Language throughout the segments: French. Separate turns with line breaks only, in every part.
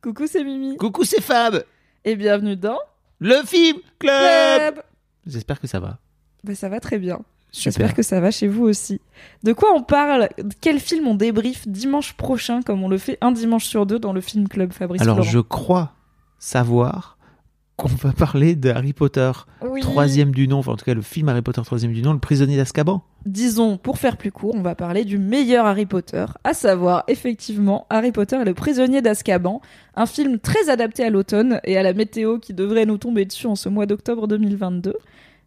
Coucou, c'est Mimi.
Coucou, c'est Fab,
Et bienvenue dans
le film club. J'espère que ça va.
Bah, ça va très bien. J'espère
Super.
que ça va chez vous aussi. De quoi on parle De Quel film on débrief dimanche prochain, comme on le fait un dimanche sur deux dans le film club Fabrice
Alors,
Florent
je crois savoir qu'on va parler de Harry Potter,
Oui.
troisième du nom, enfin en tout cas le film Harry Potter troisième du nom, le prisonnier d'Azkaban.
Disons, pour faire plus court, on va parler du meilleur Harry Potter, à savoir, effectivement, Harry Potter et le prisonnier d'Azkaban, un film très adapté à l'automne et à la météo qui devrait nous tomber dessus en ce mois d'octobre 2022.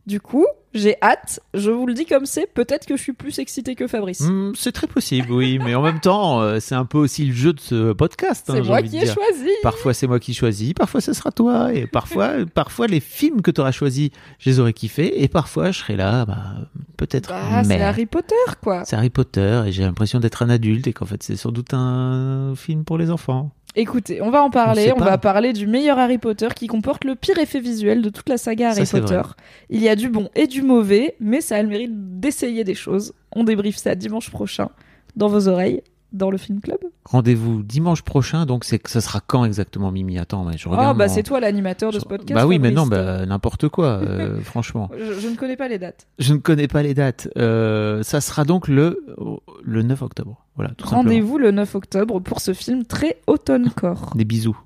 Du coup, j'ai hâte, je vous le dis comme c'est, peut-être que je suis plus excitée que Fabrice.
Hmm, c'est très possible, oui, mais en même temps, euh, c'est un peu aussi le jeu de ce podcast. hein,
c'est
j'ai
moi
envie de
qui ai
dire.
choisi
Parfois c'est moi qui choisis, parfois ce sera toi, et parfois, parfois les films que tu auras choisis, je les aurais kiffés, et parfois je serai là, bah, peut-être.
Bah, c'est
mais
Harry Potter, quoi.
c'est Harry Potter, et j'ai l'impression d'être un adulte, et qu'en fait c'est sans doute un film pour les enfants.
Écoutez, on va en
sait
parler. On,
pas.
va parler du meilleur Harry Potter qui comporte le pire effet visuel de toute la saga
Ça,
Harry
c'est
Potter.
vrai.
Il y a du bon et du mauvais, mais ça a le mérite d'essayer des choses. On débriefe ça dimanche prochain dans vos oreilles, dans le film club.
Rendez-vous dimanche prochain, donc c'est que ça sera quand exactement, Mimi Attends, mais je
Ah
regarde.
bah
mon-
c'est toi l'animateur de ce podcast.
Bah oui, mais
Fabrice.
non, bah, n'importe quoi, euh, franchement.
Je, je ne connais pas les dates.
Je ne connais pas les dates. Euh, ça sera donc le, le 9 octobre. Voilà, tout simplement.
Rendez-vous le 9 octobre pour ce film très automne corps.
Des bisous.